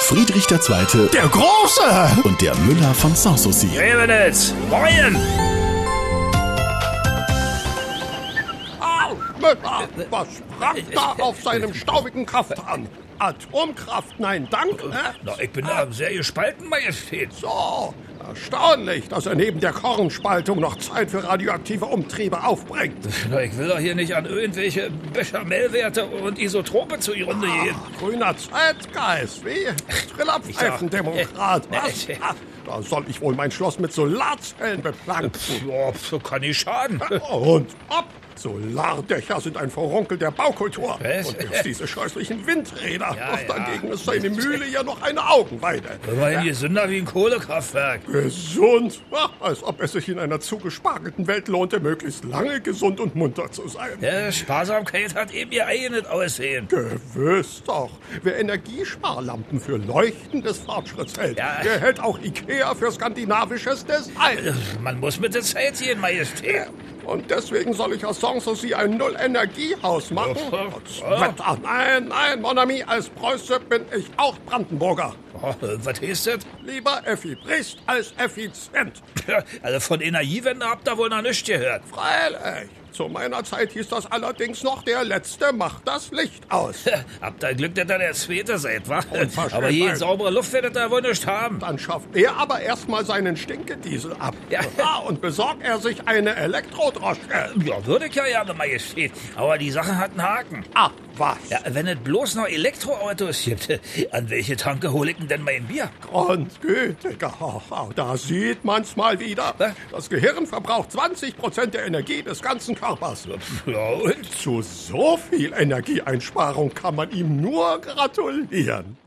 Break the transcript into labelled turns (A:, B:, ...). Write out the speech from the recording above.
A: Friedrich II.
B: Der Große!
A: und der Müller von Sanssouci.
C: Revenitz! Moin!
B: Müller, was sprang da auf seinem staubigen Kraft an? Atomkraft, nein, danke.
C: Na, ich bin da sehr gespalten, Majestät.
B: So, erstaunlich, dass er neben der Kornspaltung noch Zeit für radioaktive Umtriebe aufbringt.
C: Na, ich will doch hier nicht an irgendwelche Bechamelwerte und Isotrope zu Runde gehen.
B: Grüner Zeitgeist, wie? Trillerpfeifendemokrat, was?
C: Ich sag-
B: Ah, Da soll ich wohl mein Schloss mit Solarzellen beplanken.
C: Ja, so kann ich schaden.
B: Und ab! Solardächer sind ein Verrunkel der Baukultur.
C: Was?
B: Und erst diese scheußlichen Windräder.
C: Ja,
B: Doch
C: ja.
B: dagegen ist seine Mühle ja noch eine Augenweide.
C: Immerhin gesünder wie ein Kohlekraftwerk.
B: Gesund? Ha, als ob es sich in einer zugespargelten Welt lohnte, möglichst lange gesund und munter zu sein.
C: Ja, Sparsamkeit hat eben ihr eigenes Aussehen.
B: Gewiss doch. Wer Energiesparlampen für Leuchten des Fortschritts hält,
C: Ja.
B: der hält auch Ikea für skandinavisches Design.
C: Man muss mit der Zeit gehen, Majestät.
B: Und deswegen soll ich aus Sanssouci ein Null-Energiehaus machen?
C: Ja.
B: Trotz Wetter. Nein, nein, mon ami, als Preuße bin ich auch Brandenburger.
C: Oh, was heißt das?
B: Lieber Effibrist als effizient.
C: Ja, Also von Energiewende habt ihr wohl noch nichts gehört.
B: Freilich. Zu meiner Zeit hieß das allerdings noch, der Letzte macht das Licht aus.
C: Habt ihr Glück, dass ihr der Zweite seid, wa?
B: Unverschämt.
C: Aber je saubere Luft werdet ihr wohl nicht haben.
B: Dann schafft er aber erstmal seinen Stinkediesel ab.
C: Ja.
B: Ah, und besorgt er sich eine Elektrodroschke.
C: Ja, würde ich ja gerne, Majestät. Aber die Sache hat einen Haken.
B: Ah, was?
C: Ja, wenn es bloß noch Elektroautos gibt, an welche Tanke hol ich denn, denn mein Bier?
B: Grundgütiger, Haha, da sieht man's mal wieder.
C: Hä?
B: Das Gehirn verbraucht 20% der Energie des ganzen Körpers.
C: Ja, und?
B: Zu so viel Energieeinsparung kann man ihm nur gratulieren.